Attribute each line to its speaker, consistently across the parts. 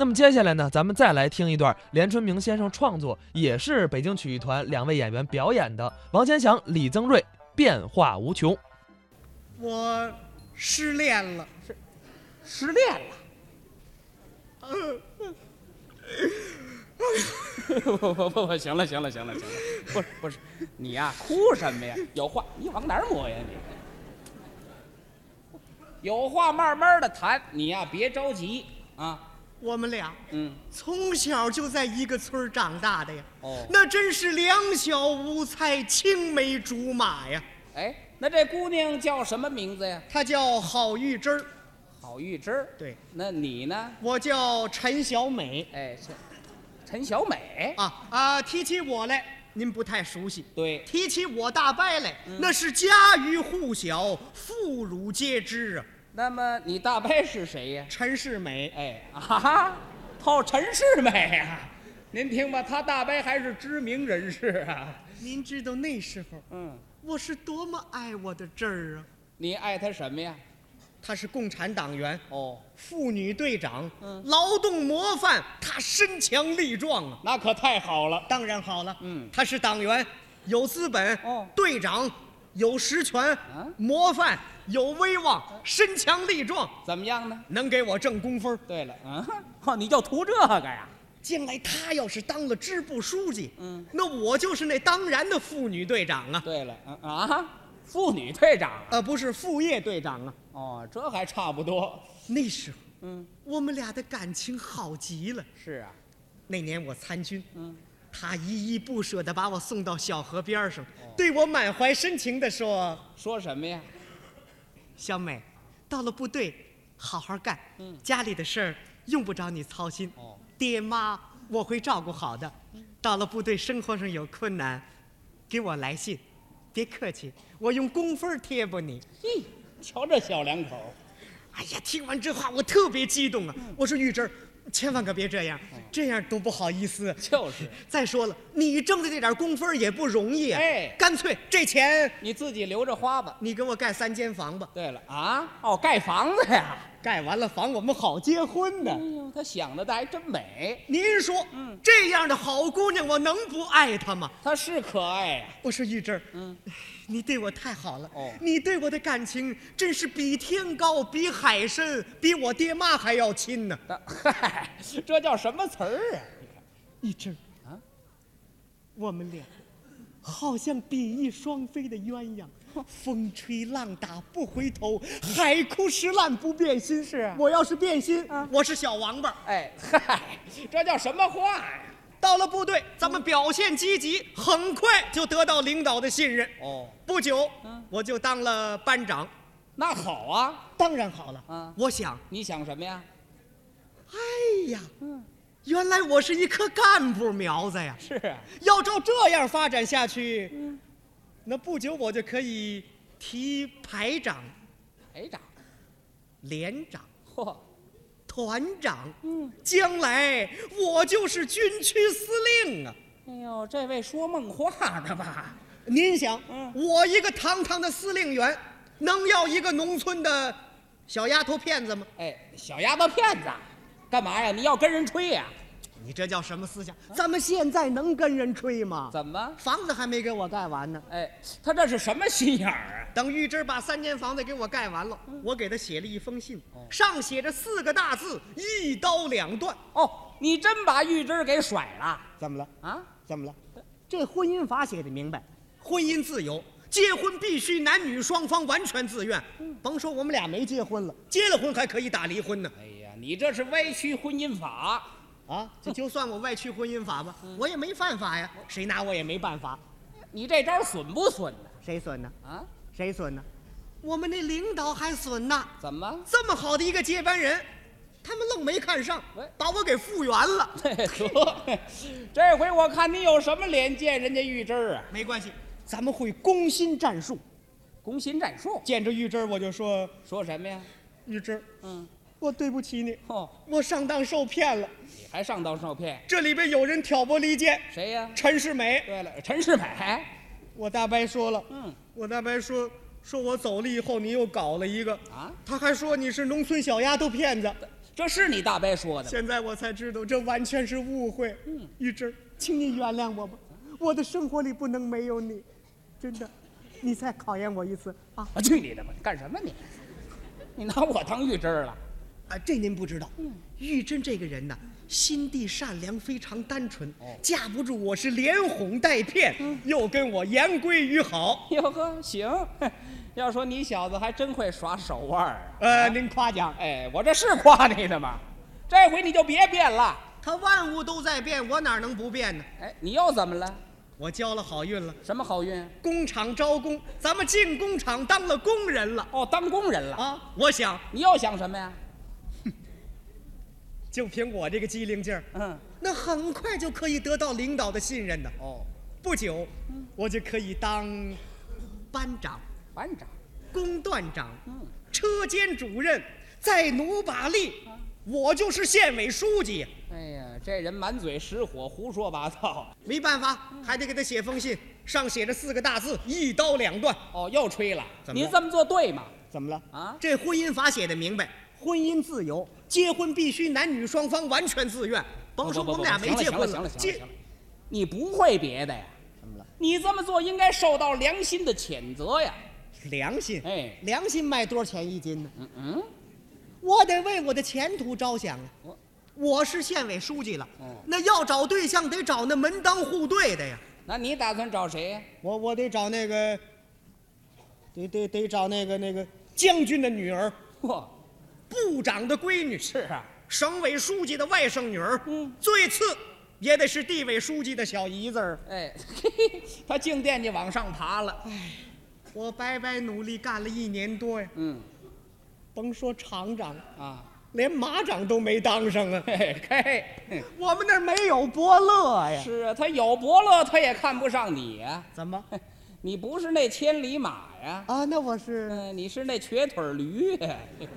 Speaker 1: 那么接下来呢，咱们再来听一段连春明先生创作，也是北京曲艺团两位演员表演的王千祥、李增瑞《变化无穷》。
Speaker 2: 我失恋了，
Speaker 3: 失恋了。 不不不不，行了行了行了行了，不是不是，你呀、哭什么呀？有话你往哪儿抹呀你？有话慢慢的谈，你呀、别着急啊。
Speaker 2: 我们俩
Speaker 3: 嗯，
Speaker 2: 从小就在一个村儿长大的呀。
Speaker 3: 哦
Speaker 2: 那真是两小无猜，青梅竹马呀。
Speaker 3: 哎，那这姑娘叫什么名字呀？
Speaker 2: 她叫郝玉芝儿，
Speaker 3: 郝玉芝。
Speaker 2: 对，
Speaker 3: 那你呢？
Speaker 2: 我叫陈小美
Speaker 3: 哎，是陈小美。
Speaker 2: 啊啊！提起我来，您不太熟悉。
Speaker 3: 对，
Speaker 2: 提起我大伯来，那是家喻户晓，妇孺皆知啊。
Speaker 3: 那么你大伯是谁呀？
Speaker 2: 陈世美，
Speaker 3: 哎啊哈，透陈世美呀、您听吧，他大伯还是知名人士啊。
Speaker 2: 您知道那时候
Speaker 3: 嗯，
Speaker 2: 我是多么爱我的侄儿啊！
Speaker 3: 你爱他什么呀？
Speaker 2: 他是共产党员，
Speaker 3: 哦，
Speaker 2: 妇女队长，
Speaker 3: 嗯
Speaker 2: 劳动模范，他身强力壮啊！
Speaker 3: 那可太好了。
Speaker 2: 当然好了，
Speaker 3: 嗯
Speaker 2: 他是党员，有资本，
Speaker 3: 哦啊
Speaker 2: 队长有实权，模范有威望，身强力壮，
Speaker 3: 怎么样呢？
Speaker 2: 能给我挣工分儿。
Speaker 3: 对了，嗯，哦，你就图这个呀？
Speaker 2: 将来他要是当了支部书记，
Speaker 3: 嗯，
Speaker 2: 那我就是那当然的妇女队长啊，
Speaker 3: 对了，嗯啊，妇女队长。
Speaker 2: 呃，不是副业队长啊。
Speaker 3: 哦，这还差不多。
Speaker 2: 那时候
Speaker 3: 嗯，
Speaker 2: 我们俩的感情好极了。
Speaker 3: 是啊，
Speaker 2: 那年我参军，
Speaker 3: 嗯，
Speaker 2: 他依依不舍地把我送到小河边上，对我满怀深情地说
Speaker 3: 说什么呀？：“
Speaker 2: 小美，到了部队，好好干，家里的事儿用不着你操心，
Speaker 3: 哦
Speaker 2: 爹妈我会照顾好的。到了部队，生活上有困难，给我来信，别客气，我用工分儿贴补你。”
Speaker 3: 嘿，瞧这小两口儿，
Speaker 2: 哎呀，听完这话我特别激动啊！我说玉芝儿，千万可别这样，这样多不好意思。
Speaker 3: 就是
Speaker 2: 再说了，你挣的这点工分儿也不容易啊，
Speaker 3: 哎
Speaker 2: 干脆这钱
Speaker 3: 你自己留着花吧。
Speaker 2: 你给我盖三间房吧，
Speaker 3: 对了啊，哦，盖房子呀。
Speaker 2: 盖完了房我们好结婚呢。
Speaker 3: 哎呦，他想的倒还真美，
Speaker 2: 您说，
Speaker 3: 嗯
Speaker 2: 这样的好姑娘，我能不爱她吗？
Speaker 3: 他是可爱啊呀、
Speaker 2: 我说玉芝儿，
Speaker 3: 嗯，
Speaker 2: 你对我太好了，
Speaker 3: 哦
Speaker 2: 你对我的感情真是比天高，比海深，比我爹妈还要亲呢。
Speaker 3: 那嗨，这叫什么词儿啊？
Speaker 2: 一只
Speaker 3: 啊，
Speaker 2: 我们俩好像比翼双飞的鸳鸯，风吹浪打不回头，海枯石烂不变心。
Speaker 3: 是啊
Speaker 2: 我要是啊变心，我是小王八。
Speaker 3: 哎嗨，这叫什么话呀、
Speaker 2: 到了部队，咱们表现积极，很快就得到领导的信任。
Speaker 3: 哦，
Speaker 2: 不久，我就当了班长。
Speaker 3: 那好啊，
Speaker 2: 当然好了，
Speaker 3: 啊
Speaker 2: 我想，
Speaker 3: 你想什么呀？
Speaker 2: 哎呀，原来我是一颗干部苗子呀。
Speaker 3: 是啊，
Speaker 2: 要照这样发展下去，
Speaker 3: 嗯
Speaker 2: 那不久我就可以提排长、
Speaker 3: 排哎长，
Speaker 2: 连长、
Speaker 3: 嚯，
Speaker 2: 团长。
Speaker 3: 嗯
Speaker 2: 将来我就是军区司令啊！
Speaker 3: 哎呦，这位说梦话呢吧？
Speaker 2: 您想，
Speaker 3: 嗯
Speaker 2: 我一个堂堂的司令员，能要一个农村的小丫头片子吗？
Speaker 3: 哎，小丫头片子，干嘛呀？你要跟人吹呀、
Speaker 2: 你这叫什么思想？咱们现在能跟人吹吗？
Speaker 3: 啊怎么？
Speaker 2: 房子还没给我盖完呢。
Speaker 3: 哎，他这是什么心眼儿啊？
Speaker 2: 等玉芝把三间房子给我盖完了，我给她写了一封信，上写着四个大字：一刀两断。
Speaker 3: 哦，你真把玉芝儿给甩了
Speaker 2: 怎么了？
Speaker 3: 啊？
Speaker 2: 怎么了？这婚姻法写的明白，婚姻自由，结婚必须男女双方完全自愿。甭说我们俩没结婚了，结了婚还可以打离婚呢。
Speaker 3: 哎呀，你这是歪曲婚姻法。
Speaker 2: 啊，嗯哦这就算我外去婚姻法吧，我也没犯法呀，谁拿我也没办法。
Speaker 3: 你这招损不损呢？
Speaker 2: 谁损呢？
Speaker 3: 啊？
Speaker 2: 谁损呢？我们那领导还损呢。
Speaker 3: 怎么？
Speaker 2: 这么好的一个接班人，他们愣没看上
Speaker 3: 喂，
Speaker 2: 把我给复原了。
Speaker 3: 得， 这回我看你有什么脸见人家玉芝儿啊？
Speaker 2: 没关系，咱们会攻心战术。
Speaker 3: 攻心战术
Speaker 2: 见着玉芝儿，我就说
Speaker 3: 说什么呀？
Speaker 2: 玉芝儿，
Speaker 3: 嗯，
Speaker 2: 我对不起你，
Speaker 3: 哦，
Speaker 2: 我上当受骗了。
Speaker 3: 你还上当受骗？
Speaker 2: 这里边有人挑拨离间。
Speaker 3: 谁呀、
Speaker 2: 陈世美，
Speaker 3: 对了，陈世美。
Speaker 2: 我大伯说了，
Speaker 3: 嗯，
Speaker 2: 我大伯说，说我走了以后，你又搞了一个
Speaker 3: 啊，
Speaker 2: 他还说你是农村小丫头片子。
Speaker 3: 这是你大伯说的吗？
Speaker 2: 现在我才知道，这完全是误会。玉芝儿，请你原谅我吧，我的生活里不能没有你，真的，你再考验我一次啊！
Speaker 3: 啊，去你的吧！干什么你？你拿我当玉枝儿了？
Speaker 2: 啊，这您不知道，玉珍这个人呐，心地善良，非常单纯，架不住我是连哄带骗，又跟我言归于好。
Speaker 3: 哟呵，行，哼 要说你小子还真会耍手腕儿啊！
Speaker 2: 呃，您夸奖，
Speaker 3: 哎，我这是夸你的吗？这回你就别变了。
Speaker 2: 他万物都在变，我哪能不变呢？
Speaker 3: 哎，你又怎么了？
Speaker 2: 我交了好运了，
Speaker 3: 什么好运？
Speaker 2: 工厂招工，咱们进工厂当了工人了
Speaker 3: 哦，当工人了。
Speaker 2: 啊！我想，
Speaker 3: 你又想什么呀？
Speaker 2: 就凭我这个机灵劲儿，
Speaker 3: 嗯，
Speaker 2: 那很快就可以得到领导的信任的。
Speaker 3: 哦，
Speaker 2: 不久，我就可以当班长、
Speaker 3: 班长。
Speaker 2: 工段长、
Speaker 3: 嗯，
Speaker 2: 车间主任，再努把力，我就是县委书记。
Speaker 3: 哎呀，这人满嘴实火，胡说八道。
Speaker 2: 没办法，还得给他写封信，上写着四个大字：一刀两断。
Speaker 3: 哦，又吹了。
Speaker 2: 怎么了
Speaker 3: 您这么做对吗？
Speaker 2: 怎么了？
Speaker 3: 啊，
Speaker 2: 这婚姻法写的明白，婚姻自由，结婚必须男女双方完全自愿。甭说
Speaker 3: 不
Speaker 2: 我
Speaker 3: 不不
Speaker 2: 们俩没结婚
Speaker 3: 行了行了行了
Speaker 2: 结
Speaker 3: 行了，你不会别的呀？
Speaker 2: 怎么了？
Speaker 3: 你这么做应该受到良心的谴责呀。
Speaker 2: 良心，
Speaker 3: 哎
Speaker 2: 良心卖多少钱一斤呢？
Speaker 3: 嗯嗯，
Speaker 2: 我得为我的前途着想啊
Speaker 3: 我！
Speaker 2: 我嗯是县委书记了
Speaker 3: 哦，
Speaker 2: 那要找对象得找那门当户对的呀。
Speaker 3: 那你打算找谁呀？
Speaker 2: 我我得找那个，得得得找那个那个将军的女儿，
Speaker 3: 嚯，
Speaker 2: 部长的闺女，
Speaker 3: 是啊，
Speaker 2: 省委书记的外甥女儿，
Speaker 3: 嗯，
Speaker 2: 最次也得是地委书记的小姨子儿。
Speaker 3: 哎， 嘿嘿，他净惦记往上爬了。
Speaker 2: 我白白努力干了一年多呀，
Speaker 3: 嗯
Speaker 2: 甭说厂长，
Speaker 3: 啊，
Speaker 2: 连马长都没当上啊！
Speaker 3: 嘿嘿嘿，
Speaker 2: 我们那儿没有伯乐呀。
Speaker 3: 是啊，他有伯乐他也看不上你呀、
Speaker 2: 怎么？
Speaker 3: 你不是那千里马呀？
Speaker 2: 啊，那我是
Speaker 3: 嗯，你是那瘸腿儿驴呀，
Speaker 2: 你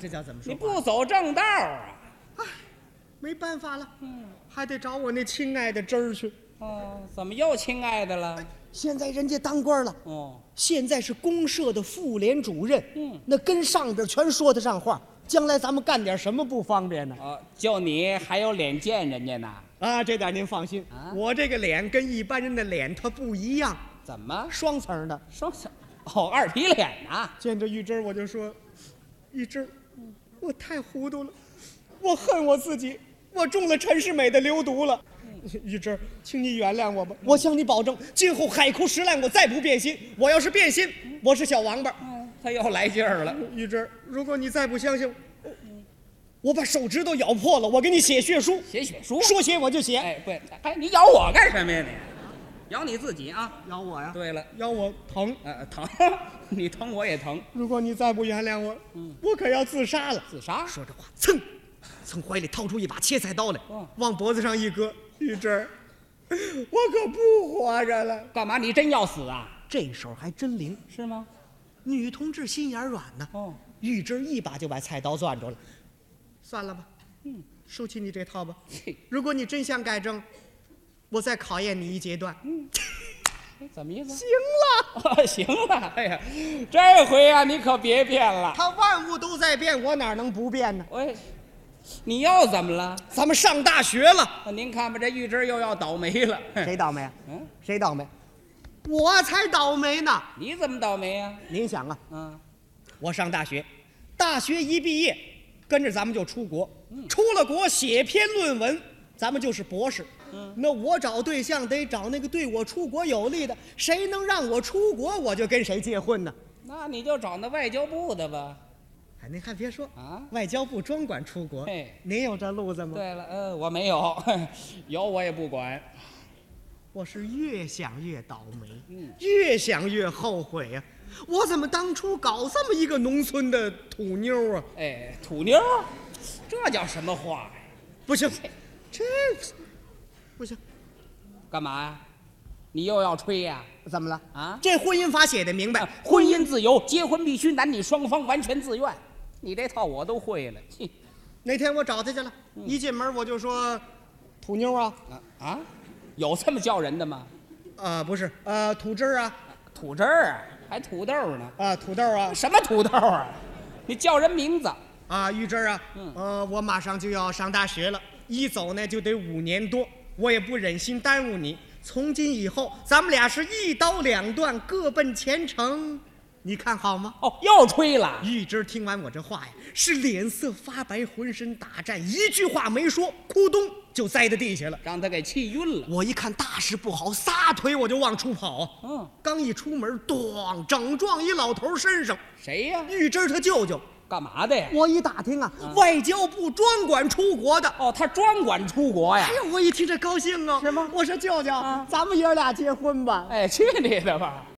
Speaker 2: 这叫怎么
Speaker 3: 你
Speaker 2: 说话？
Speaker 3: 不走正道啊！
Speaker 2: 没办法了，还得找我那亲爱的侄儿去。
Speaker 3: 哦，怎么又亲爱的了？
Speaker 2: 现在人家当官了，
Speaker 3: 哦，
Speaker 2: 现在是公社的妇联主任，
Speaker 3: 嗯，
Speaker 2: 那跟上边全说得上话。将来咱们干点什么不方便呢？
Speaker 3: 哦，就你还有脸见人家呢？
Speaker 2: 啊，这点您放心，
Speaker 3: 啊
Speaker 2: 我这个脸跟一般人的脸它不一样，
Speaker 3: 怎么
Speaker 2: 双层的。
Speaker 3: 双手？哦，二皮脸呐？
Speaker 2: 见着玉芝儿我就说，玉芝儿，我太糊涂了，我恨我自己，我中了陈世美的流毒了。 玉芝儿，请你原谅我
Speaker 3: 嗯
Speaker 2: 吧，我向你保证，今后海枯石烂，我再不变心。我要是变心，我是小王八。
Speaker 3: 哦，他又来劲儿了。
Speaker 2: 玉芝儿，如果你再不相信我，我把手指头咬破了，我给你写血书，
Speaker 3: 写血书？
Speaker 2: 说写我就写。
Speaker 3: 哎，对，哎，你咬我干什么呀你？咬你自己啊！
Speaker 2: 咬我呀？
Speaker 3: 对了，
Speaker 2: 咬我疼。
Speaker 3: 呃，疼， 你疼我也疼，
Speaker 2: 如果你再不原谅我，我可要自杀了。
Speaker 3: 嗯自杀？
Speaker 2: 说着话，噌，从怀里掏出一把切菜刀来
Speaker 3: 哦，
Speaker 2: 往脖子上一搁。玉珍儿，我可不活着了。
Speaker 3: 干嘛？你真要死啊？
Speaker 2: 这手还真灵，
Speaker 3: 是吗？
Speaker 2: 女同志心眼儿软呐。
Speaker 3: 哦，
Speaker 2: 玉珍儿一把就把菜刀攥住了。算了吧，嗯，收起你这套吧。
Speaker 3: 嘿，
Speaker 2: 如果你真想改正，我再考验你一阶段。
Speaker 3: 哎怎么意思？
Speaker 2: 行了，
Speaker 3: 哦， 行了，哎呀，这回啊，你可别变了。
Speaker 2: 他万物都在变，我哪能不变呢？
Speaker 3: 喂，你又怎么了？
Speaker 2: 咱们上大学了，
Speaker 3: 啊您看吧，这玉芝又要倒霉了。
Speaker 2: 谁倒霉啊？
Speaker 3: 嗯，
Speaker 2: 谁倒霉？我才倒霉呢！
Speaker 3: 你怎么倒霉呀、
Speaker 2: 您想啊，
Speaker 3: 啊？啊，
Speaker 2: 我上大学，大学一毕业，跟着咱们就出国，出了国写篇论文，咱们就是博士。那我找对象得找那个对我出国有利的，谁能让我出国，我就跟谁结婚呢？
Speaker 3: 那你就找那外交部的吧。
Speaker 2: 哎，您还别说
Speaker 3: 啊
Speaker 2: 外交部专管出国
Speaker 3: 嘿，
Speaker 2: 您有这路子吗？
Speaker 3: 对了，呃，我没有， 有我也不管。
Speaker 2: 我是越想越倒霉，
Speaker 3: 嗯
Speaker 2: 越想越后悔呀、我怎么当初搞这么一个农村的土妞啊？
Speaker 3: 哎，土妞儿，这叫什么话呀？
Speaker 2: 不行，这不行，
Speaker 3: 干嘛呀？你又要吹呀、
Speaker 2: 怎么了？
Speaker 3: 啊
Speaker 2: 这婚姻法写的明白，
Speaker 3: 婚姻自由，结婚必须男女双方完全自愿。你这套我都会了。 哼
Speaker 2: 那天我找他去了，
Speaker 3: 嗯
Speaker 2: 一进门我就说：“土妞啊，
Speaker 3: 啊啊，有这么叫人的吗？
Speaker 2: 啊不是，呃土汁儿啊，
Speaker 3: 土汁儿啊，还土豆呢？
Speaker 2: 啊土豆啊，
Speaker 3: 什么土豆啊？你叫人名字？
Speaker 2: 啊，玉珍啊，
Speaker 3: 嗯
Speaker 2: 呃，我马上就要上大学了，一走呢就得五年多，我也不忍心耽误你。从今以后，咱们俩是一刀两断，各奔前程，你看好吗？
Speaker 3: 哦，又吹了。
Speaker 2: 玉芝听完我这话呀，是脸色发白，浑身打颤，一句话没说，咕咚就栽在地下了。
Speaker 3: 让他给气晕了。
Speaker 2: 我一看大事不好，撒腿我就往出跑啊！
Speaker 3: 嗯，
Speaker 2: 刚一出门，咣，整撞一老头身上。
Speaker 3: 谁呀、
Speaker 2: 玉芝他舅舅，
Speaker 3: 干嘛的呀？
Speaker 2: 我一打听啊，外交部专管出国的。
Speaker 3: 哦，他专管出国呀
Speaker 2: 哎。呦，我一听这高兴啊！
Speaker 3: 是吗
Speaker 2: 我说舅舅，
Speaker 3: 啊
Speaker 2: 咱们爷儿俩结婚吧。
Speaker 3: 哎，去你的吧！